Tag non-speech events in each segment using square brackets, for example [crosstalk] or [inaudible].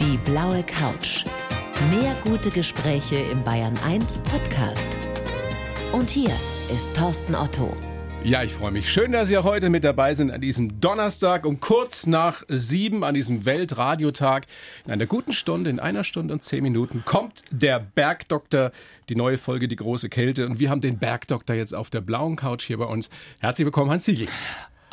Die blaue Couch. Mehr gute Gespräche im Bayern 1 Podcast. Und hier ist Thorsten Otto. Ja, ich freue mich. Schön, dass ihr heute mit dabei sind an diesem Donnerstag um kurz nach sieben an diesem Weltradiotag. In einer guten Stunde, in einer Stunde und zehn Minuten kommt der Bergdoktor, die neue Folge Die große Kälte. Und wir haben den Bergdoktor jetzt auf der blauen Couch hier bei uns. Herzlich willkommen, Hans Siegel.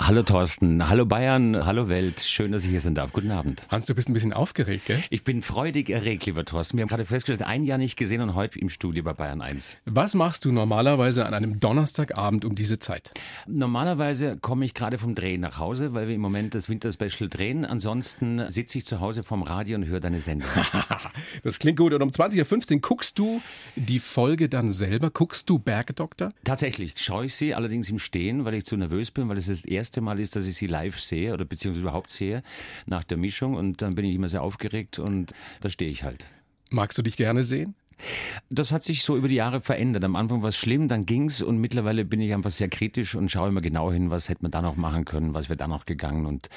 Hallo Thorsten, hallo Bayern, hallo Welt. Schön, dass ich hier sein darf. Guten Abend. Hans, du bist ein bisschen aufgeregt, gell? Ich bin freudig erregt, lieber Thorsten. Wir haben gerade festgestellt, ein Jahr nicht gesehen und heute im Studio bei Bayern 1. Was machst du normalerweise an einem Donnerstagabend um diese Zeit? [laughs] Normalerweise komme ich gerade vom Drehen nach Hause, weil wir im Moment das Winterspecial drehen. Ansonsten sitze ich zu Hause vorm Radio und höre deine Sendung. das klingt gut. Und um 20.15 Uhr guckst du die Folge dann selber? Guckst du Bergdoktor? Tatsächlich schaue ich sie, allerdings im Stehen, weil ich zu nervös bin, weil es das erste Mal ist, dass ich sie live sehe oder beziehungsweise überhaupt sehe nach der Mischung. Und dann bin ich immer sehr aufgeregt und da stehe ich halt. Magst du dich gerne sehen? Das hat sich so über die Jahre verändert. Am Anfang war es schlimm, dann ging's und mittlerweile bin ich einfach sehr kritisch und schaue immer genau hin, was hätte man da noch machen können, was wäre da noch gegangen und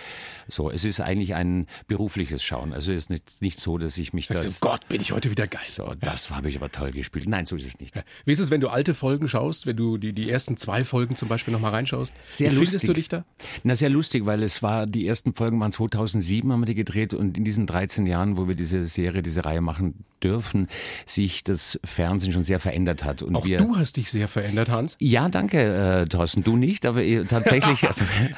so. Es ist eigentlich ein berufliches Schauen. Also es ist nicht, nicht so, dass ich mich da. oh Also, Gott, bin ich heute wieder geil. So, das ja. habe ich aber toll gespielt. Nein, so ist es nicht. Ja. Wie ist es, wenn du alte Folgen schaust, wenn du die, die ersten zwei Folgen zum Beispiel nochmal reinschaust? Sehr Wie lustig. findest du dich da? Na, sehr lustig, weil es war, die ersten Folgen waren 2007, haben wir die gedreht und in diesen 13 Jahren, wo wir diese Serie, diese Reihe machen dürfen, sich das Fernsehen schon sehr verändert hat. Und Auch wir, du hast dich sehr verändert, Hans. Ja, danke, äh, Thorsten. Du nicht, aber [laughs] tatsächlich. [laughs] äh,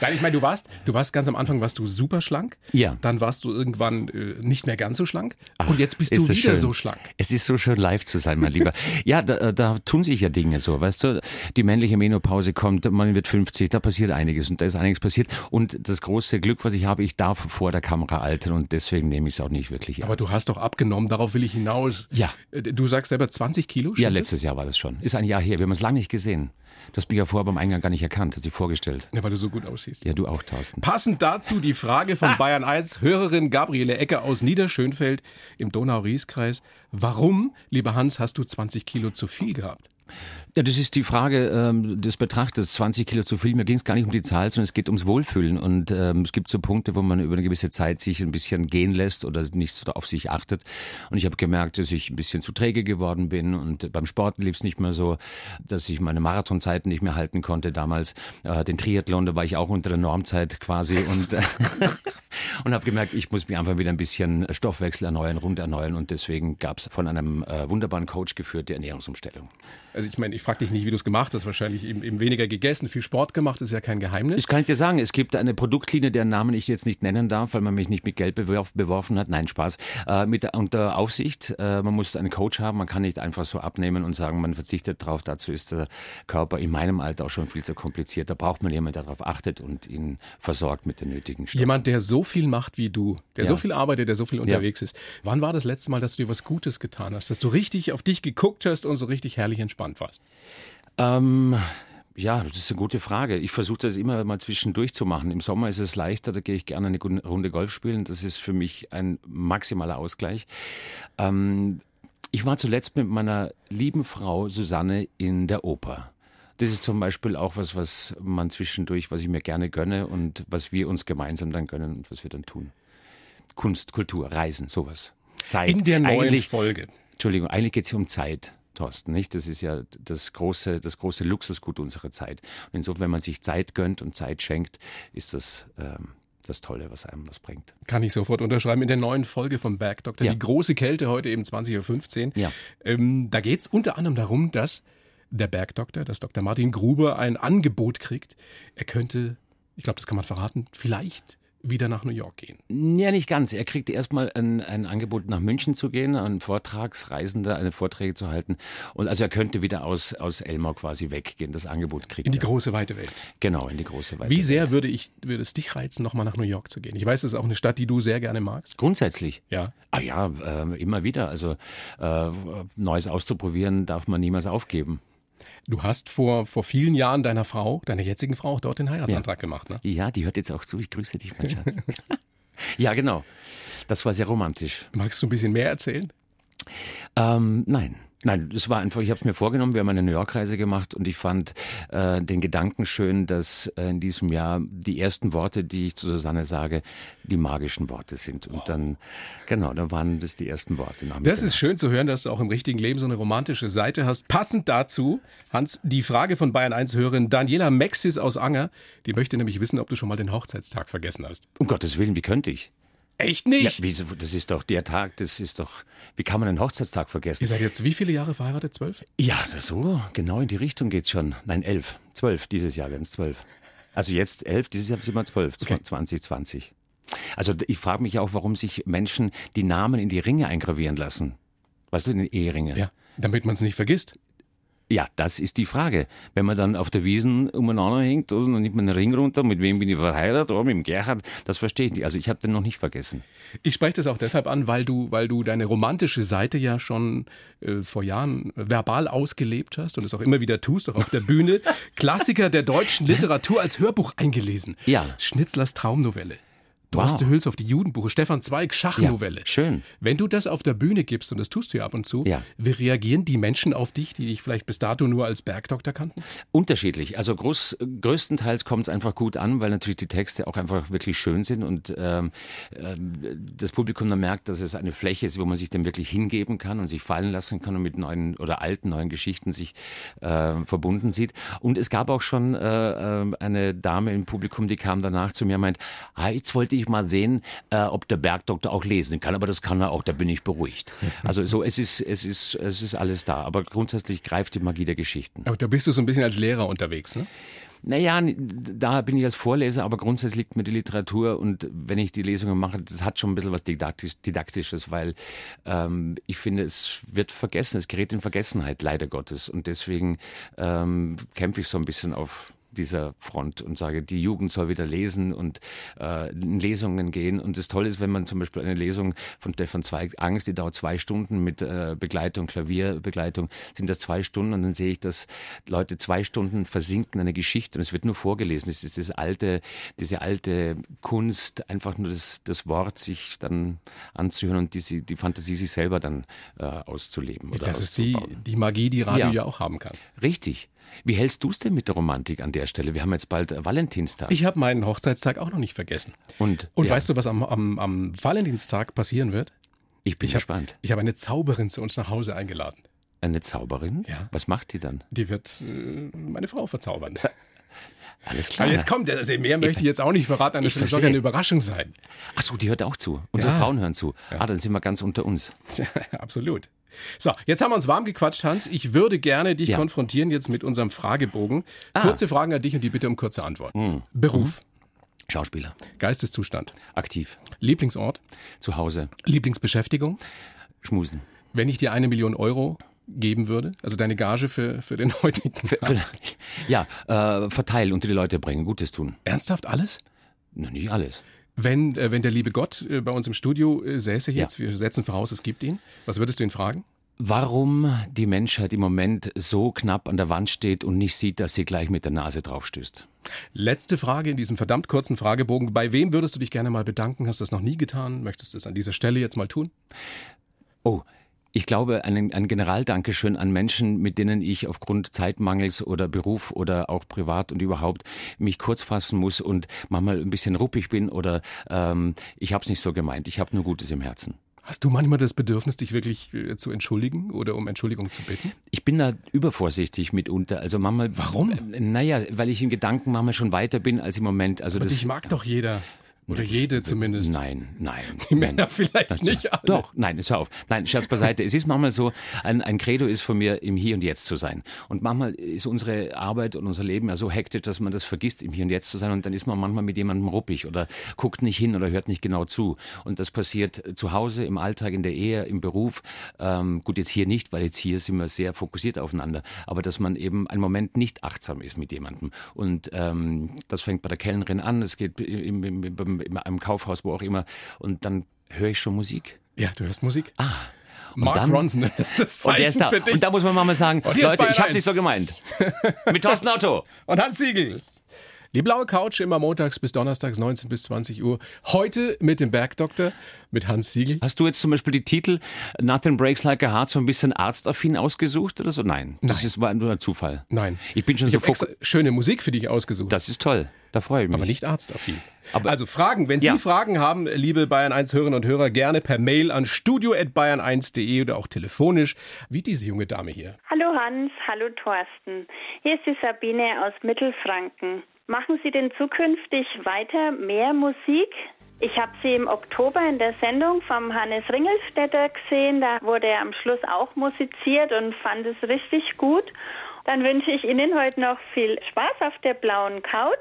Nein, ich meine, du warst, du warst ganz am Anfang warst du super schlank. Ja. Dann warst du irgendwann äh, nicht mehr ganz so schlank. Ach, und jetzt bist du wieder schön. so schlank. Es ist so schön, live zu sein, mein [laughs] Lieber. ja, da, da tun sich ja Dinge so, weißt du. Die männliche Menopause kommt, man wird 50, da passiert einiges und da ist einiges passiert. Und das große Glück, was ich habe, ich darf vor der Kamera altern und deswegen nehme ich es auch nicht wirklich ernst. Aber du hast doch abgenommen, darauf will ich hinaus. Äh, Ja. Du sagst selber 20 Kilo? Ja, letztes Jahr war das schon. Ist ein Jahr her. Wir haben es lange nicht gesehen. Du hast mich ja vorher beim Eingang gar nicht erkannt, hat sich vorgestellt. Ja, weil du so gut aussiehst. Ja, du auch, Thorsten. Passend dazu die Frage [laughs] von Bayern 1, Hörerin Gabriele Ecker aus Niederschönfeld im Donau-Ries-Kreis. Warum, lieber Hans, hast du 20 Kilo zu viel gehabt? Ja, das ist die Frage ähm, des Betrachters. 20 Kilo zu viel. Mir ging es gar nicht um die Zahl, sondern es geht ums Wohlfühlen. Und ähm, es gibt so Punkte, wo man über eine gewisse Zeit sich ein bisschen gehen lässt oder nicht so auf sich achtet. Und ich habe gemerkt, dass ich ein bisschen zu träge geworden bin und beim Sport lief es nicht mehr so, dass ich meine Marathonzeiten nicht mehr halten konnte damals. Äh, den Triathlon, da war ich auch unter der Normzeit quasi und [laughs] äh, und habe gemerkt, ich muss mich einfach wieder ein bisschen Stoffwechsel erneuern, rund erneuern und deswegen gab es von einem äh, wunderbaren Coach geführte Ernährungsumstellung. Also ich meine, ich frage dich nicht, wie du es gemacht hast. Wahrscheinlich eben, eben weniger gegessen, viel Sport gemacht, ist ja kein Geheimnis. Das kann ich dir sagen. Es gibt eine Produktlinie, deren Namen ich jetzt nicht nennen darf, weil man mich nicht mit Geld beworf, beworfen hat. Nein, Spaß. Äh, mit unter Aufsicht. Äh, man muss einen Coach haben. Man kann nicht einfach so abnehmen und sagen, man verzichtet drauf. Dazu ist der Körper in meinem Alter auch schon viel zu kompliziert. Da braucht man jemanden, der darauf achtet und ihn versorgt mit den nötigen Stoffen. Jemand, der so viel macht wie du, der Ja. so viel arbeitet, der so viel unterwegs ist. Wann war das letzte Mal, dass du dir was Gutes getan hast, dass du richtig auf dich geguckt hast und so richtig herrlich entspannt warst? Ähm, ja, das ist eine gute Frage. Ich versuche das immer mal zwischendurch zu machen. Im Sommer ist es leichter, da gehe ich gerne eine Gun- Runde Golf spielen. Das ist für mich ein maximaler Ausgleich. Ähm, ich war zuletzt mit meiner lieben Frau Susanne in der Oper. Das ist zum Beispiel auch was, was man zwischendurch, was ich mir gerne gönne und was wir uns gemeinsam dann gönnen und was wir dann tun. Kunst, Kultur, Reisen, sowas. Zeit. In der neuen Eigentlich Folge. Entschuldigung, eigentlich geht's hier um Zeit, Thorsten, nicht? Das ist ja das große, das große Luxusgut unserer Zeit. Und insofern, wenn man sich Zeit gönnt und Zeit schenkt, ist das ähm, das Tolle, was einem was bringt. Kann ich sofort unterschreiben. In der neuen Folge vom Bergdoktor, Ja. die große Kälte heute eben 20.15 Uhr. Ja. Ähm, da geht's unter anderem darum, dass der Bergdoktor, dass Dr. Martin Gruber ein Angebot kriegt. Er könnte, ich glaube, das kann man verraten, vielleicht wieder nach New York gehen. Ja, nicht ganz. Er kriegt erstmal ein, ein Angebot, nach München zu gehen, an Vortragsreisende, eine Vorträge zu halten. Und also er könnte wieder aus, aus Elmau quasi weggehen. Das Angebot kriegt In die er. große weite Welt. Genau, in die große Weite. Wie sehr würde, ich, würde es dich reizen, nochmal nach New York zu gehen? Ich weiß, das ist auch eine Stadt, die du sehr gerne magst. Grundsätzlich. Ja. Ah ja, äh, immer wieder. Also äh, Neues auszuprobieren darf man niemals aufgeben. Du hast vor, vor vielen Jahren deiner Frau, deiner jetzigen Frau, auch dort den Heiratsantrag gemacht. Ne? Ja, die hört jetzt auch zu. Ich grüße dich, mein Schatz. [laughs] ja, genau. Das war sehr romantisch. Magst du ein bisschen mehr erzählen? Ähm, nein. Nein, es war einfach, ich habe es mir vorgenommen, wir haben eine New York-Reise gemacht und ich fand äh, den Gedanken schön, dass äh, in diesem Jahr die ersten Worte, die ich zu Susanne sage, die magischen Worte sind. Und dann, genau, dann waren das die ersten Worte. nach dem Das ist schön zu hören, dass du auch im richtigen Leben so eine romantische Seite hast. Passend dazu, Hans, die Frage von Bayern 1 Hörerin Daniela Mexis aus Anger, die möchte nämlich wissen, ob du schon mal den Hochzeitstag vergessen hast. Um Gottes Willen, wie könnte ich? Echt Ja, nicht? wieso, das ist doch der Tag, das ist doch, wie kann man einen Hochzeitstag Ihr vergessen? seid jetzt wie viele Jahre verheiratet? Zwölf? Ja, das so, genau in die Richtung geht's schon. Nein, elf, zwölf, dieses Jahr werden es zwölf. Also jetzt elf, dieses Jahr sind wir zwölf, okay. 2020. Also d- ich frage mich auch, warum sich Menschen die Namen in die Ringe eingravieren lassen. Weißt du, in die Eheringe? Ja. Damit man es nicht vergisst. Ja, das ist die Frage. Wenn man dann auf der Wiesen umeinander hängt, oder, dann nimmt man einen Ring runter, mit wem bin ich verheiratet, oder mit dem Gerhard, das verstehe ich nicht. Also ich habe den noch nicht vergessen. Ich spreche das auch deshalb an, weil du, weil du deine romantische Seite ja schon äh, vor Jahren verbal ausgelebt hast und es auch immer wieder tust, auch auf der [laughs] Bühne. Klassiker der deutschen Literatur als Hörbuch eingelesen. Ja. Schnitzlers Traumnovelle. Droste Wow. Hüls auf die Judenbuche, Stefan Zweig, Schachnovelle. Ja, schön. Wenn du das auf der Bühne gibst, und das tust du ja ab und zu, Ja. wie reagieren die Menschen auf dich, die dich vielleicht bis dato nur als Bergdoktor kannten? Unterschiedlich. Also groß, größtenteils kommt es einfach gut an, weil natürlich die Texte auch einfach wirklich schön sind und ähm, ähm, das Publikum dann merkt, dass es eine Fläche ist, wo man sich dann wirklich hingeben kann und sich fallen lassen kann und mit neuen oder alten, neuen Geschichten sich äh, verbunden sieht. Und es gab auch schon äh, ähm, eine Dame im Publikum, die kam danach zu mir und meint, ah, jetzt wollte ich mal sehen, äh, ob der Bergdoktor auch lesen kann, aber das kann er auch, da bin ich beruhigt. Also so, es ist, es ist, es ist alles da, aber grundsätzlich greift die Magie der Geschichten. Aber da bist du so ein bisschen als Lehrer unterwegs, ne? Naja, n- da bin ich als Vorleser, aber grundsätzlich liegt mir die Literatur und wenn ich die Lesungen mache, das hat schon ein bisschen was Didaktisch, Didaktisches, weil ähm, ich finde, es wird vergessen, es gerät in Vergessenheit, leider Gottes. Und deswegen ähm, kämpfe ich so ein bisschen auf dieser Front und sage, die Jugend soll wieder lesen und äh, in Lesungen gehen. Und das Tolle ist, wenn man zum Beispiel eine Lesung von Stefan Zweig, Angst, die dauert zwei Stunden mit äh, Begleitung, Klavierbegleitung, sind das zwei Stunden und dann sehe ich, dass Leute zwei Stunden versinken in eine Geschichte und es wird nur vorgelesen. Es ist das alte, diese alte Kunst, einfach nur das, das Wort sich dann anzuhören und die, die Fantasie sich selber dann äh, auszuleben. Oder Das ist die, auszubauen. die Magie, die Radio ja, Ja. auch haben kann. Richtig. Wie hältst du es denn mit der Romantik an der Stelle? Wir haben jetzt bald äh, Valentinstag. Ich habe meinen Hochzeitstag auch noch nicht vergessen. und Und ja, weißt du, was am, am, am Valentinstag passieren wird? ich bin Ich habe gespannt. hab eine Zauberin zu uns nach Hause eingeladen. Eine Zauberin? Ja. Was macht die dann? Die wird äh, meine Frau verzaubern. Alles klar. Aber jetzt kommt, also mehr möchte ich jetzt auch nicht verraten, an der Ich Stelle soll ja verstehe. eine Überraschung sein. [laughs] Ach so, die hört auch zu. Unsere Ja. Frauen hören zu. Ah, dann sind wir ganz unter uns. Tja, Absolut. So, jetzt haben wir uns warm gequatscht, Hans. Ich würde gerne dich Ja. Ah. konfrontieren jetzt mit unserem Fragebogen. Kurze Fragen an dich und die bitte um kurze Hm. Antworten. Beruf, Mhm. Schauspieler. Geisteszustand, Aktiv. Lieblingsort, Zu Hause. Lieblingsbeschäftigung. Schmusen. Wenn ich dir eine Million Euro geben würde, also deine Gage für, für den heutigen Tag. Ja, äh, verteilen, unter die Leute bringen. Gutes tun. Ernsthaft alles? Na, nicht alles. Wenn, äh, wenn der liebe Gott äh, bei uns im Studio äh, säße jetzt, wir setzen voraus, es gibt ihn, was würdest du ihn fragen? Warum die Menschheit im Moment so knapp an der Wand steht und nicht sieht, dass sie gleich mit der Nase draufstößt? Letzte Frage in diesem verdammt kurzen Fragebogen. Bei wem würdest du dich gerne mal bedanken? Hast du das noch nie getan? Möchtest du es an dieser Stelle jetzt mal tun? Oh, ich glaube, ein, ein Generaldankeschön an Menschen, mit denen ich aufgrund Zeitmangels oder Beruf oder auch privat und überhaupt mich kurz fassen muss und manchmal ein bisschen ruppig bin oder ähm, ich habe es nicht so gemeint. Ich habe nur Gutes im Herzen. Hast du manchmal das Bedürfnis, dich wirklich äh, zu entschuldigen oder um Entschuldigung zu bitten? Ich bin da übervorsichtig mitunter. Also manchmal. Warum? Äh, Naja, weil ich in Gedanken manchmal schon weiter bin als im Moment. Also das. Dich mag doch jeder. Oder jede zumindest. Nein, nein. Die Männer vielleicht nicht alle. Doch, nein, jetzt hör auf. Nein, Scherz beiseite. es ist manchmal so, ein, ein Credo ist von mir, im Hier und Jetzt zu sein. Und manchmal ist unsere Arbeit und unser Leben ja so hektisch, dass man das vergisst, im Hier und Jetzt zu sein. Und dann ist man manchmal mit jemandem ruppig oder guckt nicht hin oder hört nicht genau zu. Und das passiert zu Hause, im Alltag, in der Ehe, im Beruf. Ähm, gut, jetzt hier nicht, weil jetzt hier sind wir sehr fokussiert aufeinander. Aber dass man eben einen Moment nicht achtsam ist mit jemandem. Und ähm, das fängt bei der Kellnerin an, es geht im, im, im, im, im einem Kaufhaus, wo auch immer. Und dann höre ich schon Musik. Ja, du hörst Musik. Ah. und Mark dann- Ronson [laughs] ist das Und Zeichen der ist da. für dich. Und da muss man manchmal sagen, Und hier ist Leute, ich Bayern [laughs] hab's nicht so 1. gemeint. Mit Thorsten Otto. Und Hans Siegel. Die blaue Couch immer montags bis donnerstags 19 bis 20 Uhr. Heute mit dem Bergdoktor, mit Hans Siegel. Hast du jetzt zum Beispiel die Titel Nothing Breaks Like a Heart so ein bisschen arztaffin ausgesucht oder so? Nein. Das Nein. ist war nur ein Zufall. Nein. Ich bin schon ich so hab extra fokussiert. schöne Musik für dich ausgesucht. Das ist toll. Da freue ich mich. Aber nicht arztaffin. Aber- also Fragen, wenn Ja. Sie Fragen haben, liebe Bayern 1 Hörerinnen und Hörer, gerne per Mail an studio@bayern1.de oder auch telefonisch, wie diese junge Dame hier. Hallo Hans, hallo Thorsten. Hier ist die Sabine aus Mittelfranken. Machen Sie denn zukünftig weiter mehr Musik? Ich habe Sie im Oktober in der Sendung vom Hannes Ringelstädter gesehen. Da wurde er am Schluss auch musiziert und fand es richtig gut. Dann wünsche ich Ihnen heute noch viel Spaß auf der blauen Couch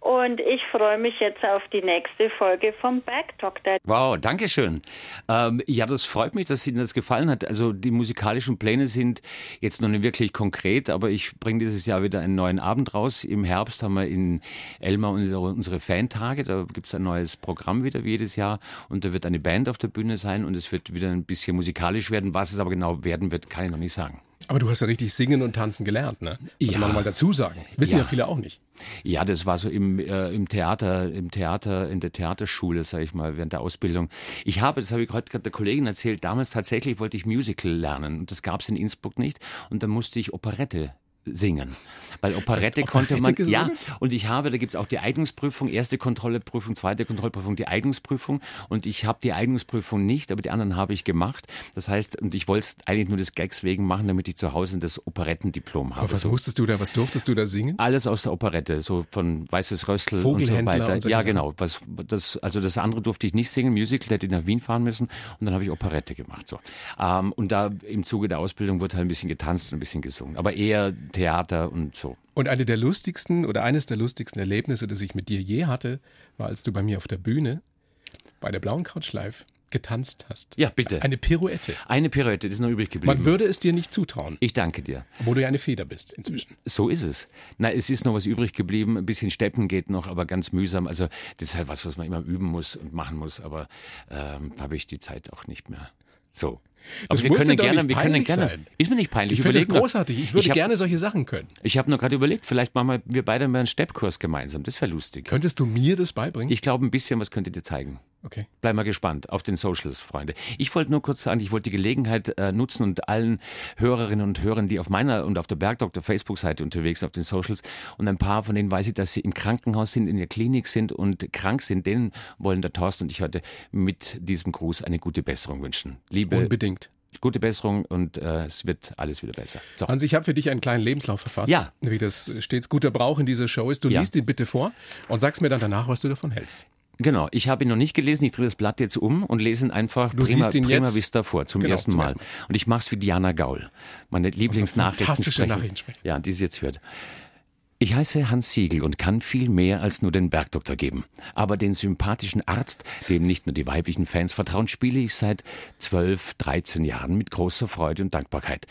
und ich freue mich jetzt auf die nächste Folge vom Bergdoktor. Wow, danke schön. Ähm, ja, das freut mich, dass Ihnen das gefallen hat. Also die musikalischen Pläne sind jetzt noch nicht wirklich konkret, aber ich bringe dieses Jahr wieder einen neuen Abend raus. Im Herbst haben wir in Elmar unsere, unsere Fantage, da gibt's ein neues Programm wieder wie jedes Jahr und da wird eine Band auf der Bühne sein und es wird wieder ein bisschen musikalisch werden. Was es aber genau werden wird, kann ich noch nicht sagen. Aber du hast ja richtig singen und tanzen gelernt, ne? Muss Ja. man mal dazu sagen. Wissen ja. Ja. viele auch nicht. Ja, das war so im, äh, im Theater, im Theater, in der Theaterschule, sage ich mal, während der Ausbildung. Ich habe, das habe ich heute gerade der Kollegin erzählt, damals tatsächlich wollte ich Musical lernen und das gab es in Innsbruck nicht und dann musste ich Operette singen, weil Operette konnte Operette man gesungen? ja und ich habe, da gibt's auch die Eignungsprüfung, erste Kontrollprüfung, zweite Kontrollprüfung, die Eignungsprüfung und ich habe die Eignungsprüfung nicht, aber die anderen habe ich gemacht. Das heißt, und ich wollte es eigentlich nur des Gags wegen machen, damit ich zu Hause das Operettendiplom habe. Aber was So musstest du da, was durftest du da singen? alles aus der Operette, so von Weißes Röstl und so Vogelhändler weiter. und solche ja, Sachen. genau. Was, das, also das andere durfte ich nicht singen, Musical, da hätte ich nach Wien fahren müssen und dann habe ich Operette gemacht. So. Ähm, und da im Zuge der Ausbildung wurde halt ein bisschen getanzt und ein bisschen gesungen, aber eher Theater und so. Und eine der lustigsten oder eines der lustigsten Erlebnisse, das ich mit dir je hatte, war, als du bei mir auf der Bühne bei der blauen Couch live getanzt hast. Ja, bitte. Eine Pirouette. Eine Pirouette, die ist noch übrig Man geblieben. würde es dir nicht zutrauen, Ich danke dir. wo du ja eine Feder bist inzwischen. So ist es. Na, es ist noch was übrig geblieben. Ein bisschen Steppen geht noch, aber ganz mühsam. Also das ist halt was, was man immer üben muss und machen muss. Aber ähm, habe ich die Zeit auch nicht mehr. So. Aber Das wir muss dir können doch gerne, nicht wir können peinlich gerne. sein. Ist mir nicht peinlich. Ich finde das überleg nur. großartig. Ich würde ich hab, gerne solche Sachen können. Ich habe noch gerade überlegt, vielleicht machen wir, wir beide mal einen Steppkurs gemeinsam. Das wäre lustig. Könntest du mir das beibringen? Ich glaube, ein bisschen was könnt ihr dir zeigen. okay. Bleib mal gespannt auf den Socials, Freunde. Ich wollte nur kurz sagen, ich wollte die Gelegenheit äh, nutzen und allen Hörerinnen und Hörern, die auf meiner und auf der Bergdoktor Facebook-Seite unterwegs sind, auf den Socials, und ein paar von denen weiß ich, dass sie im Krankenhaus sind, in der Klinik sind und krank sind, denen wollen der Thorsten und ich heute mit diesem Gruß eine gute Besserung wünschen. Liebe, Unbedingt. gute Besserung und äh, es wird alles wieder besser. So. Hans, ich habe für dich einen kleinen Lebenslauf verfasst, Ja. wie das stets guter Brauch in dieser Show ist. Du Ja. liest ihn bitte vor und sagst mir dann danach, was du davon hältst. Genau, ich habe ihn noch nicht gelesen, ich drehe das Blatt jetzt um und lese ihn einfach Du prima, siehst ihn prima jetzt. vista vor, zum, Genau, ersten, zum Mal. ersten Und ich mache es wie Diana Gaul, meine Lieblingsnachrichten. fantastische Nachrichtensprecherin. Ja, die sie jetzt hört. Ich heiße Hans Siegel und kann viel mehr als nur den Bergdoktor geben. Aber den sympathischen Arzt, dem nicht nur die weiblichen Fans vertrauen, spiele ich seit 12, 13 Jahren mit großer Freude und Dankbarkeit.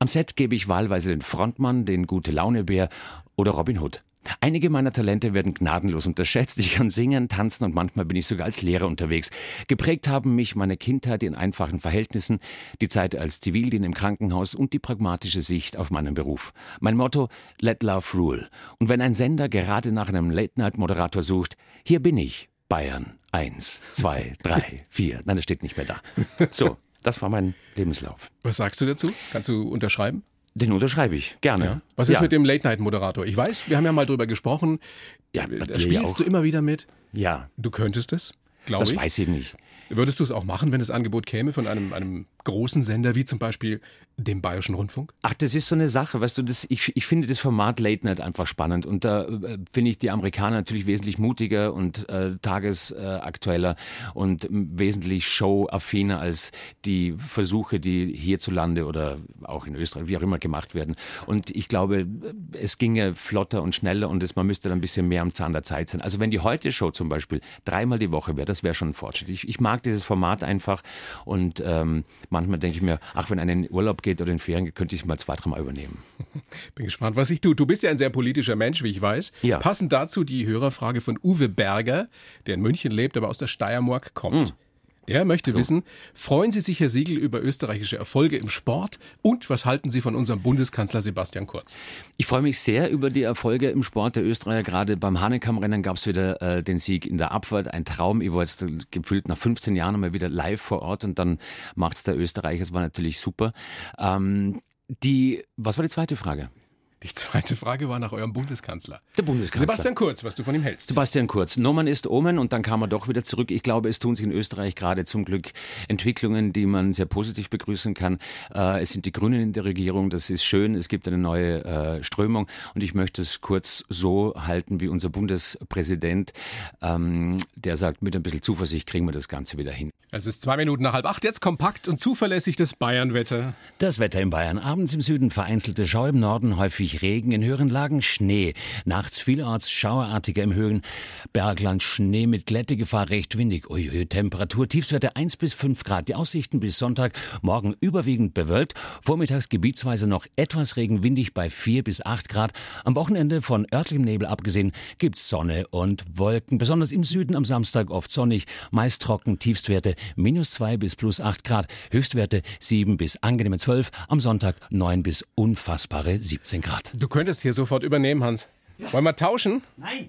Am Set gebe ich wahlweise den Frontmann, den Gute-Laune-Bär oder Robin Hood. Einige meiner Talente werden gnadenlos unterschätzt. Ich kann singen, tanzen und manchmal bin ich sogar als Lehrer unterwegs. Geprägt haben mich meine Kindheit in einfachen Verhältnissen, die Zeit als Zivildien im Krankenhaus und die pragmatische Sicht auf meinen Beruf. Mein Motto, let love rule. Und wenn ein Sender gerade nach einem Late-Night-Moderator sucht, hier bin ich, Bayern. Eins, zwei, [laughs] drei, vier. Nein, das steht nicht mehr da. So, das war mein Lebenslauf. Was sagst du dazu? Kannst du unterschreiben? Den unterschreibe ich, gerne. Was ist Ja. mit dem Late-Night-Moderator? Ich weiß, wir haben ja mal drüber gesprochen. Ja, bei da dir ja spielst auch. du immer wieder mit. Ja, Du könntest es, glaube das ich. weiß ich nicht. Würdest du es auch machen, wenn das Angebot käme von einem, einem großen Sender wie zum Beispiel dem Bayerischen Rundfunk? Ach, das ist so eine Sache, weißt du, das, ich, ich finde das Format Late Night einfach spannend und da äh, finde ich die Amerikaner natürlich wesentlich mutiger und äh, tagesaktueller und ähm, wesentlich showaffiner als die Versuche, die hierzulande oder auch in Österreich, wie auch immer, gemacht werden. Und ich glaube, es ginge flotter und schneller und es, man müsste dann ein bisschen mehr am Zahn der Zeit sein. Also wenn die Heute-Show zum Beispiel dreimal die Woche wäre, das wäre schon ein Fortschritt. Ich, ich mag dieses Format einfach und ähm, manchmal denke ich mir, ach, wenn einer in Urlaub geht oder in Ferien geht, könnte ich es mal zwei, dreimal übernehmen. Bin gespannt, was ich tue. Du bist ja ein sehr politischer Mensch, wie ich weiß. Ja. Hm. Passend dazu die Hörerfrage von Uwe Berger, der in München lebt, aber aus der Steiermark kommt. Der möchte wissen, freuen Sie sich, Herr Siegel, über österreichische Erfolge im Sport und was halten Sie von unserem Bundeskanzler Sebastian Kurz? Ich freue mich sehr über die Erfolge im Sport der Österreicher. Gerade beim Hanekamp-Rennen gab es wieder äh, den Sieg in der Abfahrt. Ein Traum. Ich war jetzt gefühlt nach 15 Jahren mal wieder live vor Ort und dann macht's der Österreicher. Es war natürlich super. Ähm, die, was war die zweite Frage? Die zweite Frage war nach eurem Bundeskanzler. Der Bundeskanzler. Sebastian Kurz, was du von ihm hältst. Sebastian Kurz, Nummern ist Omen und dann kam er doch wieder zurück. Ich glaube, es tun sich in Österreich gerade zum Glück Entwicklungen, die man sehr positiv begrüßen kann. Äh, es sind die Grünen in der Regierung, das ist schön, es gibt eine neue äh, Strömung und ich möchte es kurz so halten wie unser Bundespräsident, ähm, der sagt, mit ein bisschen Zuversicht kriegen wir das Ganze wieder hin. Es ist zwei Minuten nach halb acht, jetzt kompakt und zuverlässig das Bayernwetter. Das Wetter in Bayern. Abends im Süden vereinzelte Schau, im Norden häufig Regen, in höheren Lagen Schnee. Nachts vielerorts schauerartiger im Höhen. Bergland Schnee mit Glättegefahr recht windig. Uiui, Temperatur, Tiefstwerte 1 bis 5 Grad. Die Aussichten bis Sonntag, morgen überwiegend bewölkt. Vormittags gebietsweise noch etwas Regen, windig bei 4 bis 8 Grad. Am Wochenende von örtlichem Nebel abgesehen gibt's Sonne und Wolken. Besonders im Süden am Samstag oft sonnig, meist trocken, Tiefstwerte minus 2 bis plus 8 Grad, Höchstwerte 7 bis angenehme 12, am Sonntag 9 bis unfassbare 17 Grad. Du könntest hier sofort übernehmen, Hans. Wollen wir tauschen? Nein.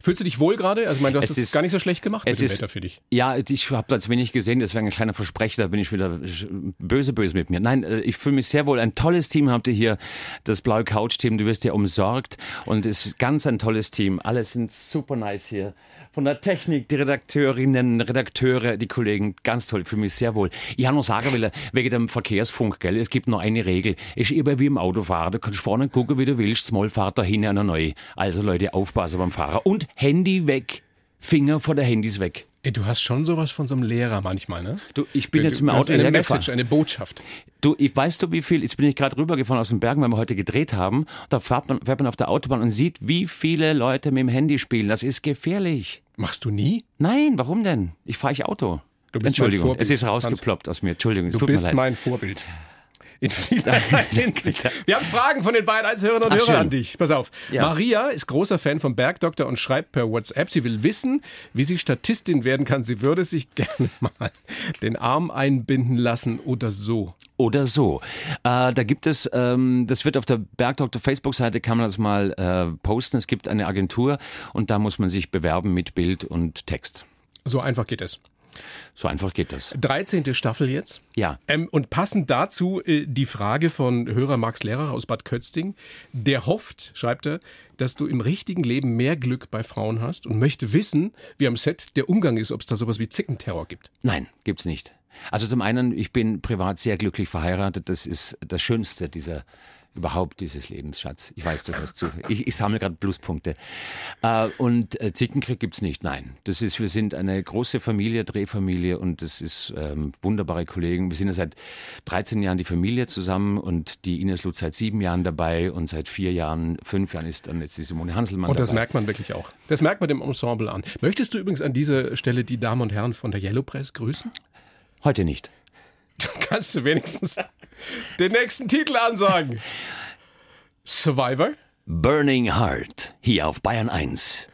Fühlst du dich wohl gerade? Also, ich meine, du hast es, Es ist- gar nicht so schlecht gemacht mit es dem ist- Wetter für dich. Ja, ich habe da zu wenig gesehen, deswegen ein kleiner Versprecher, da bin ich wieder sch- böse, böse mit mir. Nein, äh, ich fühle mich sehr wohl. Ein tolles Team habt ihr hier, das blaue Couch-Team, du wirst ja umsorgt und es ist ganz ein tolles Team. Alle sind super nice hier. Von der Technik, die Redakteurinnen, Redakteure, die Kollegen, ganz toll, fühle mich sehr wohl. Ich habe noch sagen will, wegen dem Verkehrsfunk, gell, es gibt noch eine Regel. Ist eben wie im Autofahren, du kannst vorne gucken, wie du willst, small fahrt dahin einer neu. Also Leute, aufpassen beim Fahrer und Handy weg. Finger vor der Handys weg. Ey, du hast schon sowas von so einem Lehrer manchmal, ne? Du, ich bin jetzt im Du hast Auto eine hergefahren. Message, eine Botschaft. Du, ich weißt du, wie viel? Jetzt bin ich gerade rübergefahren aus den Bergen, weil wir heute gedreht haben. Da fährt man, fährt man auf der Autobahn und sieht, wie viele Leute mit dem Handy spielen. Das ist gefährlich. Machst du nie? Nein, warum denn? Ich fahre ich Auto. Du bist mein Entschuldigung, Vorbild, es ist Hans. rausgeploppt aus mir. Entschuldigung, es Du tut bist mir leid. mein Vorbild. In [laughs] vielerlei Hinsicht. Wir haben Fragen von den beiden Einzelhörern und Ach, Hörern schön. an dich. Pass auf. Ja. Maria ist großer Fan vom Bergdoktor und schreibt per WhatsApp, sie will wissen, wie sie Statistin werden kann. Sie würde sich [laughs] gerne mal den Arm einbinden lassen oder so. Oder so. Äh, da gibt es, ähm, das wird auf der Bergdoktor Facebook-Seite, kann man das mal äh, posten. Es gibt eine Agentur und da muss man sich bewerben mit Bild und Text. So einfach geht es. So einfach geht das. 13. Staffel jetzt. Ja. Ähm, und passend dazu äh, die Frage von Hörer Max Lehrer aus Bad Kötzting. Der hofft, schreibt er, dass du im richtigen Leben mehr Glück bei Frauen hast und möchte wissen, wie am Set der Umgang ist, ob es da sowas wie Zickenterror gibt. Nein, gibt's nicht. Also zum einen, ich bin privat sehr glücklich verheiratet. Das ist das Schönste dieser überhaupt dieses Lebensschatz. Ich weiß, du hörst zu. Ich, ich sammle gerade Pluspunkte. Äh, und äh, Zickenkrieg gibt's nicht. Nein, das ist. Wir sind eine große Familie, Drehfamilie, und das ist ähm, wunderbare Kollegen. Wir sind ja seit 13 Jahren die Familie zusammen und die Ines Lutz seit sieben Jahren dabei und seit vier Jahren, fünf Jahren ist dann jetzt die Simone Hanselmann Und das dabei. merkt man wirklich auch. Das merkt man dem Ensemble an. Möchtest du übrigens an dieser Stelle die Damen und Herren von der Yellow Press grüßen? Heute nicht. Du kannst du wenigstens den nächsten Titel ansagen. Survivor? Burning Heart hier auf Bayern 1.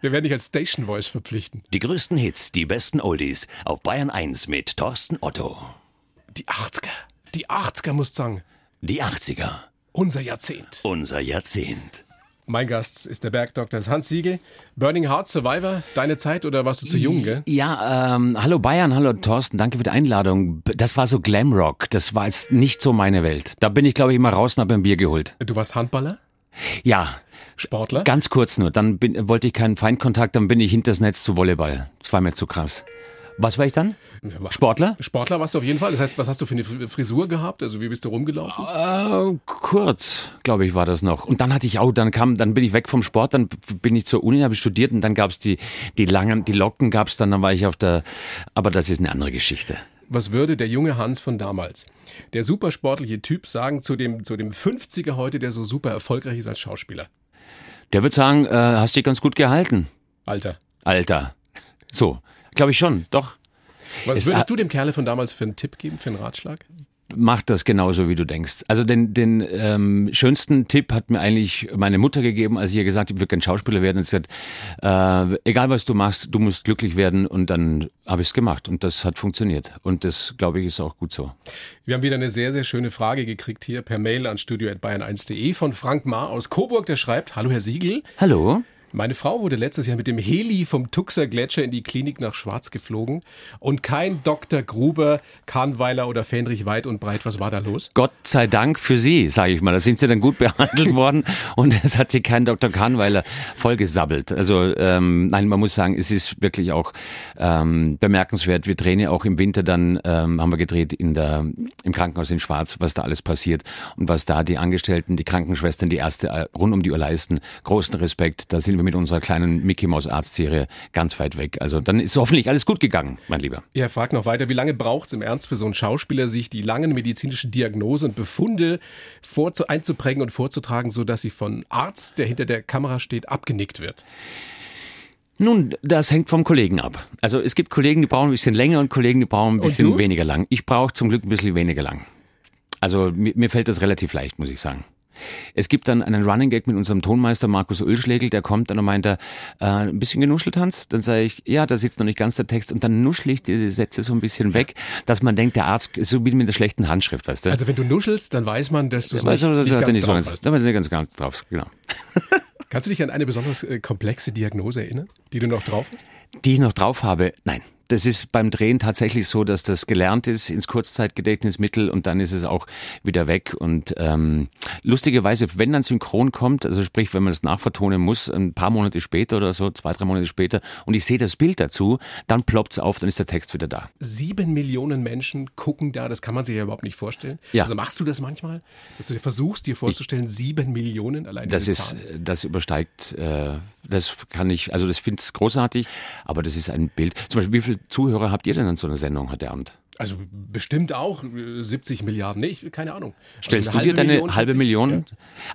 Wir werden dich als Station Voice verpflichten. Die größten Hits, die besten Oldies auf Bayern 1 mit Thorsten Otto. Die 80er. Die 80er muss sagen. Die 80er, Unser Jahrzehnt. unser Jahrzehnt. Mein Gast ist der Bergdoktor Hans Siegel. Burning Heart Survivor, deine Zeit oder warst du zu jung, gell? Ja, ähm, hallo Bayern, hallo Thorsten, danke für die Einladung. B- Das war so Glamrock, das war jetzt nicht so meine Welt. Da bin ich, glaube ich, immer raus und habe ein Bier geholt. Du warst Handballer, Ja, Sportler. ganz kurz nur, dann bin, wollte ich keinen Feindkontakt, dann bin ich hinters Netz zu Volleyball. Das war mir zu krass. Was war ich dann? Sportler? Sportler warst du auf jeden Fall. Das heißt, was hast du für eine Fr- Frisur gehabt? Also wie bist du rumgelaufen? Äh, kurz, glaube ich, war das noch. Und dann hatte ich auch, dann kam, dann bin ich weg vom Sport, dann b- bin ich zur Uni, habe ich studiert und dann gab's die, die langen, die Locken gab's dann, dann war ich auf der, aber das ist eine andere Geschichte. Was würde der junge Hans von damals, der supersportliche Typ, sagen zu dem, zu dem 50er heute, der so super erfolgreich ist als Schauspieler? Der wird sagen, äh, hast dich ganz gut gehalten, Alter. Alter. So, glaube ich schon, doch. Was Es- würdest du dem Kerle von damals für einen Tipp geben, für einen Ratschlag? Mach das genauso, wie du denkst. Also den, den ähm, schönsten Tipp hat mir eigentlich meine Mutter gegeben, als ich ihr gesagt habe, ich will kein Schauspieler werden. Und sie hat, äh, egal was du machst, du musst glücklich werden. Und dann habe ich es gemacht. Und das hat funktioniert. Und das, glaube ich, ist auch gut so. Wir haben wieder eine sehr, sehr schöne Frage gekriegt hier per Mail an studio.bayern1.de von Frank Maar aus Coburg. Der schreibt, hallo Herr Siegel. Hallo. Meine Frau wurde letztes Jahr mit dem Heli vom Tuxer Gletscher in die Klinik nach Schwarz geflogen und kein Dr. Gruber, Kahnweiler oder Fähnrich weit und breit. Was war da los? Gott sei Dank für Sie, sage ich mal. Da sind Sie dann gut [laughs] behandelt worden und es hat Sie kein Dr. Kahnweiler vollgesabbelt. Also ähm, nein, man muss sagen, es ist wirklich auch ähm, bemerkenswert. Wir drehen ja auch im Winter dann, ähm, haben wir gedreht in der, im Krankenhaus in Schwarz, was da alles passiert und was da die Angestellten, die Krankenschwestern, die Ärzte rund um die Uhr leisten. Großen Respekt, da sind wir mit unserer kleinen Mickey Maus Arzt-Serie ganz weit weg. Also dann ist hoffentlich alles gut gegangen, mein Lieber. Er fragt noch weiter, wie lange braucht es im Ernst für so einen Schauspieler, sich die langen medizinischen Diagnosen und Befunde vorzu einzuprägen und vorzutragen, sodass sie von Arzt, der hinter der Kamera steht, abgenickt wird? Nun, das hängt vom Kollegen ab. Also es gibt Kollegen, die brauchen ein bisschen länger und Kollegen, die brauchen ein bisschen weniger lang. Ich brauche zum Glück ein bisschen weniger lang. Also mir, mir fällt das relativ leicht, muss ich sagen. Es gibt dann einen Running Gag mit unserem Tonmeister Markus Ölschlegel, der kommt dann und meint er, äh, ein bisschen genuschelt, Hans? Dann sage ich, ja, da sitzt noch nicht ganz der Text und dann nuschle ich diese Sätze so ein bisschen weg, dass man denkt, der Arzt ist so wie mit der schlechten Handschrift, weißt du? Also wenn du nuschelst, dann weiß man, dass du es Ja, nicht, so- so- nicht so- ganz nicht so drauf ganz- hast. da bin ich nicht ganz, ganz drauf, genau. Kannst du dich an eine besonders äh, komplexe Diagnose erinnern, die du noch drauf hast? Die ich noch drauf habe, nein. Das ist beim Drehen tatsächlich so, dass das gelernt ist ins Kurzzeitgedächtnismittel und dann ist es auch wieder weg. Und ähm, lustigerweise, wenn dann synchron kommt, also sprich, wenn man es nachvertonen muss, ein paar Monate später oder so, zwei, drei Monate später, und ich sehe das Bild dazu, dann ploppt es auf, dann ist der Text wieder da. Sieben Millionen Menschen gucken da, das kann man sich ja überhaupt nicht vorstellen. Ja. Also machst du das manchmal, dass du dir versuchst, dir vorzustellen, sieben Millionen allein Das diese ist, äh, Zahl. das übersteigt, äh, das kann ich, also das finde ich großartig, aber das ist ein Bild. Zum Beispiel, wie viele Zuhörer habt ihr denn an so einer Sendung heute Abend? Also bestimmt auch äh, 70 Milliarden, nee, ich, keine Ahnung. Also Stellst eine du dir deine halbe schätze ich. Million? Ja.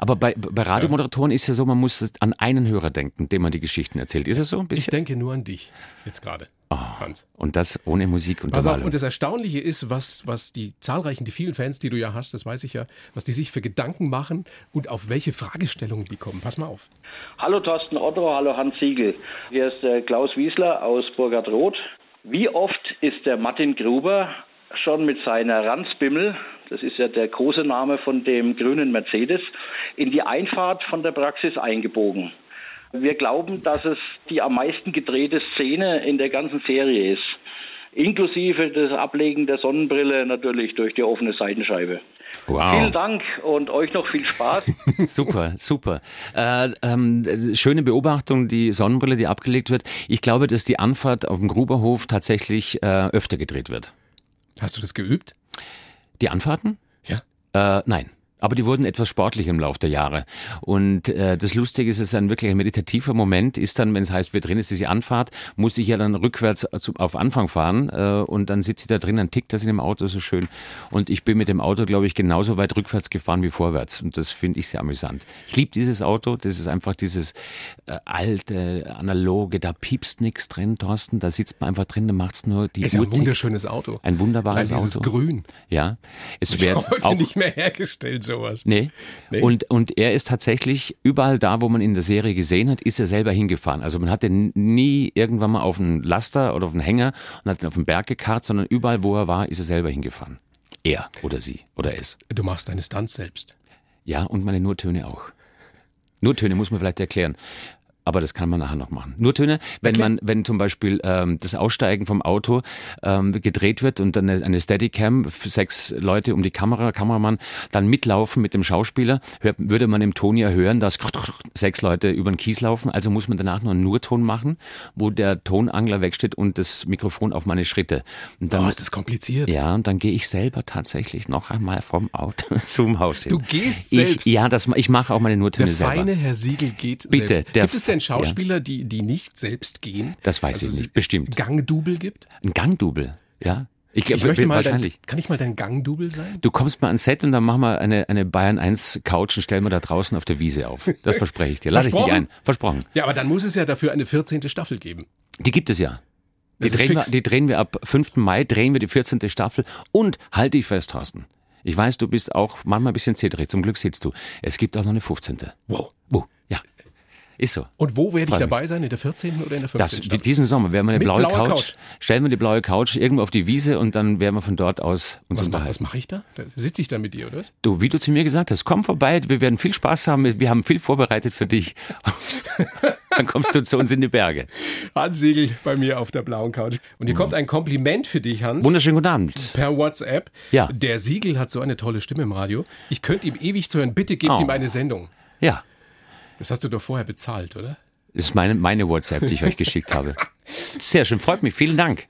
Aber bei, bei Radiomoderatoren ist ja so, man muss an einen Hörer denken, dem man die Geschichten erzählt. Ist es so ein Ich bisschen? denke nur an dich jetzt gerade, Ah, Hans. Und das ohne Musik und Pass auf, und das Erstaunliche ist, was, was die zahlreichen, die vielen Fans, die du ja hast, das weiß ich ja, was die sich für Gedanken machen und auf welche Fragestellungen die kommen. Pass mal auf. Hallo Thorsten Otto, hallo Hans Siegel. Hier ist äh, Klaus Wiesler aus Burgard Roth. Wie oft ist der Martin Gruber schon mit seiner Ranzbimmel, das ist ja der große Name von dem grünen Mercedes, in die Einfahrt von der Praxis eingebogen? Wir glauben, dass es die am meisten gedrehte Szene in der ganzen Serie ist. Inklusive des Ablegen der Sonnenbrille natürlich durch die offene Seitenscheibe. Vielen Wow, Dank und euch noch viel Spaß. [laughs] super, super. Äh, ähm, schöne Beobachtung, die Sonnenbrille, die abgelegt wird. Ich glaube, dass die Anfahrt auf dem Gruberhof tatsächlich äh, öfter gedreht wird. Hast du das geübt? Die Anfahrten? Ja. Äh, nein. Aber die wurden etwas sportlich im Laufe der Jahre. Und äh, das Lustige ist, es ist ein wirklich meditativer Moment, ist dann, wenn es heißt, wir drin ist diese Anfahrt, muss ich ja dann rückwärts zu, auf Anfang fahren äh, und dann sitze ich da drin, dann tickt das in dem Auto so schön. Und ich bin mit dem Auto, glaube ich, genauso weit rückwärts gefahren wie vorwärts. Und das finde ich sehr amüsant. Ich liebe dieses Auto, das ist einfach dieses äh, alte, analoge, da piepst nichts drin, Thorsten, da sitzt man einfach drin, da macht's nur die Ist ja Uhr ein tickt. wunderschönes Auto. Ein wunderbares Allein dieses Auto. Grün. Ja, es wäre Ist heute auch nicht mehr hergestellt, sowas. Nee. Und, und er ist tatsächlich überall da, wo man ihn in der Serie gesehen hat, ist er selber hingefahren. Also man hat ihn nie irgendwann mal auf einen Laster oder auf einen Hänger und hat ihn auf den Berg gekarrt, sondern überall, wo er war, ist er selber hingefahren. Er oder sie oder es. Du machst deine Stunts selbst. Ja, und meine Nurtöne auch. Nurtöne muss man vielleicht erklären. Aber das kann man nachher noch machen. Nurtöne, wenn man, wenn zum Beispiel ähm, das Aussteigen vom Auto ähm, gedreht wird und dann eine, eine Steadicam, f- sechs Leute um die Kamera, Kameramann, dann mitlaufen mit dem Schauspieler, hört, würde man im Ton ja hören, dass sechs Leute über den Kies laufen. Also muss man danach noch einen Nurton machen, wo der Tonangler wegsteht und das Mikrofon auf meine Schritte. Und dann, Oh, ist das kompliziert. ja, und dann gehe ich selber tatsächlich noch einmal vom Auto [laughs] zum Haus hin. Du gehst ich, selbst? Ja, das, ma- ich mache auch meine Der Nurtöne selber. feine Herr Siegel geht Bitte, selbst. der Gibt es denn F- ja. Schauspieler, die, die nicht selbst gehen? Also Das weiß ich sie- nicht, bestimmt. Gangdouble gibt? Ein Gangdouble, ja. Ich, Ich möchte mal dein, wahrscheinlich. kann ich mal dein Gangdouble sein? Du kommst mal ans Set und dann machen wir eine, eine Bayern 1 Couch und stellen wir da draußen auf der Wiese auf. Das verspreche ich dir. Lass ich dich Versprochen? ein. Versprochen. Ja, aber dann muss es ja dafür eine 14. Staffel geben. Die gibt es ja. Die Das ist drehen, wir, fix. die drehen wir ab 5. Mai, drehen wir die 14. Staffel und halte ich halt fest, Thorsten. Ich weiß, du bist auch manchmal ein bisschen zitterig. Zum Glück sitzt du. Es gibt auch noch eine 15. Wow. Wow. Ja. Ist so. Und wo werde ich Freu mich. dabei sein? In der 14. oder in der 15. Das, Staffel? diesen Sommer werden wir eine Mit blaue blauer Couch, Couch. Stellen wir die blaue Couch irgendwo auf die Wiese und dann werden wir von dort aus uns was mache unterhalten. was mach ich da? da? Sitze ich da mit dir, oder was? Du, wie du zu mir gesagt hast, komm vorbei, wir werden viel Spaß haben, wir haben viel vorbereitet [laughs] für dich. dann kommst du zu uns in die Berge. Hans Siegel bei mir auf der blauen Couch. Und hier kommt ein Kompliment für dich, Hans. Wunderschönen guten Abend. Per WhatsApp. Ja. Der Siegel hat so eine tolle Stimme im Radio. Ich könnte ihm ewig zuhören. Bitte gebt Oh. ihm eine Sendung. Ja, Das hast du doch vorher bezahlt, oder? ist meine, meine WhatsApp, die ich euch [laughs] geschickt habe. Sehr schön, freut mich, vielen Dank.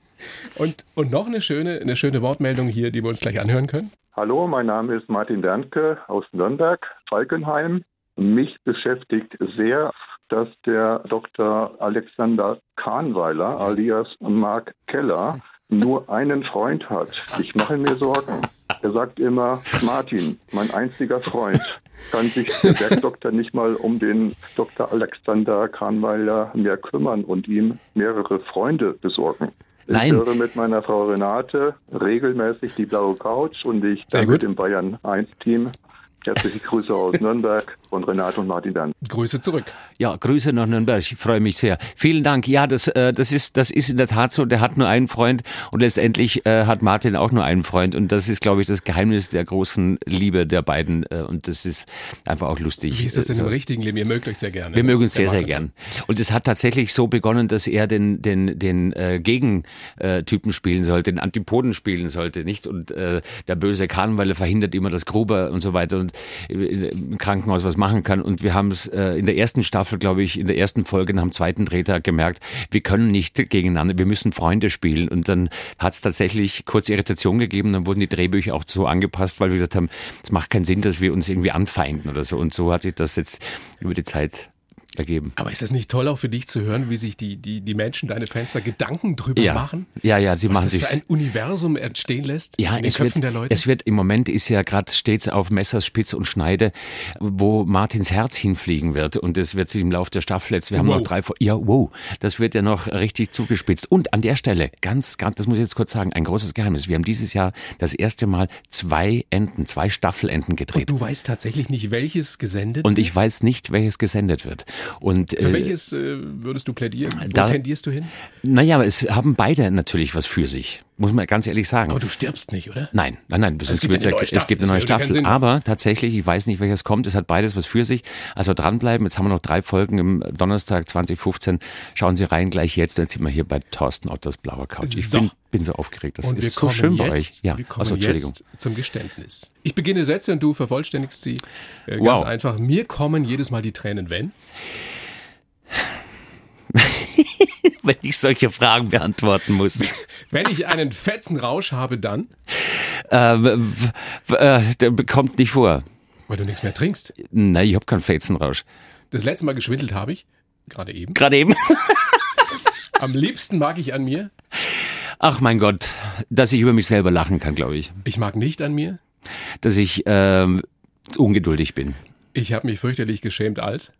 Und, und noch eine schöne, eine schöne Wortmeldung hier, die wir uns gleich anhören können. Hallo, mein Name ist Martin Dernke aus Nürnberg, Falkenheim. Mich beschäftigt sehr, dass der Dr. Alexander Kahnweiler alias Mark Keller nur einen Freund hat. Ich mache mir Sorgen. Er sagt immer, Martin, mein einziger Freund. Kann sich der Bergdoktor nicht mal um den Dr. Alexander Kahnweiler mehr kümmern und ihm mehrere Freunde besorgen? Nein. Ich höre mit meiner Frau Renate regelmäßig die blaue Couch und ich Sehr danke gut. dem Bayern 1 Team. Herzliche Grüße [laughs] aus Nürnberg von Renate und Martin Dann. Grüße zurück. Ja, Grüße nach Nürnberg, ich freue mich sehr. Vielen Dank. Ja, das, äh, das, ist, das ist in der Tat so, der hat nur einen Freund und letztendlich äh, hat Martin auch nur einen Freund und das ist, glaube ich, das Geheimnis der großen Liebe der beiden äh, und das ist einfach auch lustig. Wie ist das äh, denn im richtigen Leben? Ihr mögt euch sehr gerne. ne? Wir mögen uns Der sehr, sehr Martin. gern. Und es hat tatsächlich so begonnen, dass er den, den, den äh, Gegentypen spielen sollte, den Antipoden spielen sollte, nicht? Und äh, der böse Kahnweiler verhindert immer, dass Gruber und so weiter und äh, im Krankenhaus was machen kann. Und wir haben es äh, in der ersten Staffel, glaube ich, in der ersten Folge nach dem zweiten Drehtag gemerkt, wir können nicht gegeneinander, wir müssen Freunde spielen. Und dann hat es tatsächlich kurz Irritation gegeben, dann wurden die Drehbücher auch so angepasst, weil wir gesagt haben, es macht keinen Sinn, dass wir uns irgendwie anfeinden oder so. Und so hat sich das jetzt über die Zeit ergeben. Aber ist das nicht toll, auch für dich zu hören, wie sich die, die, die Menschen, deine Fans da Gedanken drüber Ja, machen? ja, ja, sie Was machen das für sich. ein Universum entstehen lässt Ja, in den es Köpfen wird, der Leute? es wird im Moment ist ja gerade stets auf Messerspitze und Schneide, wo Martins Herz hinfliegen wird und das wird sich im Laufe der Staffel jetzt. Wir haben Wow. noch drei. Fol- Ja, wow, das wird ja noch richtig zugespitzt. Und an der Stelle ganz, ganz, das muss ich jetzt kurz sagen, ein großes Geheimnis. Wir haben dieses Jahr das erste Mal zwei Enden, zwei Staffelenden gedreht. du weißt tatsächlich nicht, welches gesendet Und ich weiß nicht, welches gesendet wird. Und Für äh, welches äh, würdest du plädieren? Wo da- tendierst du hin? naja, aber es haben beide natürlich was für sich. Muss man ganz ehrlich sagen. Aber du stirbst nicht, oder? Nein, nein, nein. sonst gibt wird's eine ja, neue es Staffel, gibt eine neue das würde keinen Sinn Staffel. machen. Aber tatsächlich, ich weiß nicht, welches kommt. Es hat beides was für sich. Also dranbleiben. Jetzt haben wir noch drei Folgen im Donnerstag 2015. Schauen Sie rein gleich jetzt. Jetzt sind wir hier bei Thorsten Otters blauer Couch. Ich So. bin, bin so aufgeregt. Das Und wir ist so kommen schön bei euch. jetzt, Ja, wir kommen also Entschuldigung. jetzt zum Geständnis. Ich beginne Sätze und du vervollständigst sie äh, ganz Wow. einfach. Mir kommen jedes Mal die Tränen, wenn. Wenn ich solche Fragen beantworten muss. Wenn ich einen fetzen Rausch habe, dann, [laughs] ähm, w- äh, der kommt nicht vor. weil du nichts mehr trinkst. Nein, ich habe keinen Fetzenrausch. Das letzte Mal geschwindelt habe ich, gerade eben. Gerade eben. Am liebsten mag ich an mir, Ach mein Gott, dass ich über mich selber lachen kann, glaube ich. ich mag nicht an mir, Dass ich ähm, ungeduldig bin. ich habe mich fürchterlich geschämt als.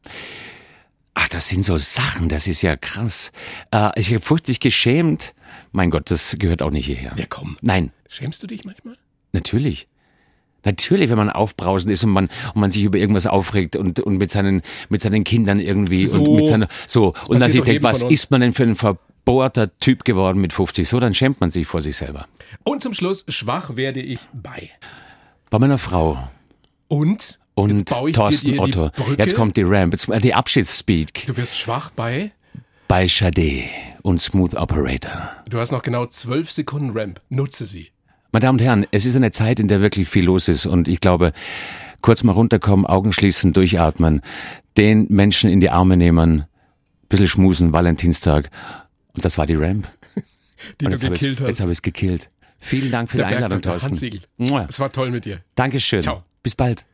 Ach, das sind so Sachen, das ist ja krass. Äh, ich habe furchtlich geschämt. Mein Gott, das gehört auch nicht hierher. Ja, komm. Nein, Schämst du dich manchmal? natürlich. Natürlich, wenn man aufbrausend ist und man, und man sich über irgendwas aufregt und, und mit, seinen, mit seinen Kindern irgendwie So. und mit seiner, so. Und dann passiert sich doch denkt, jedem was von uns. ist man denn für ein verbohrter Typ geworden mit 50? So, dann schämt man sich vor sich selber. Und zum Schluss, schwach werde ich bei. Bei meiner Frau Und, und jetzt baue ich Thorsten dir hier Otto. die Brücke. Jetzt kommt die Ramp, jetzt, äh, die Abschiedsspeak Du wirst schwach bei. bei Sade und Smooth Operator. Du hast noch genau zwölf Sekunden Ramp. Nutze sie. Meine Damen und Herren, es ist eine Zeit, in der wirklich viel los ist und ich glaube, kurz mal runterkommen, Augen schließen, durchatmen, den Menschen in die Arme nehmen, bisschen schmusen, Valentinstag und das war die Ramp. Die Und du jetzt habe ich gekillt jetzt hast. habe ich es gekillt. Vielen Dank für die Bergdoktor Einladung, Hans Thorsten. Siegel. Mua. Es war toll mit dir. Dankeschön. Also Ciao. Bis bald.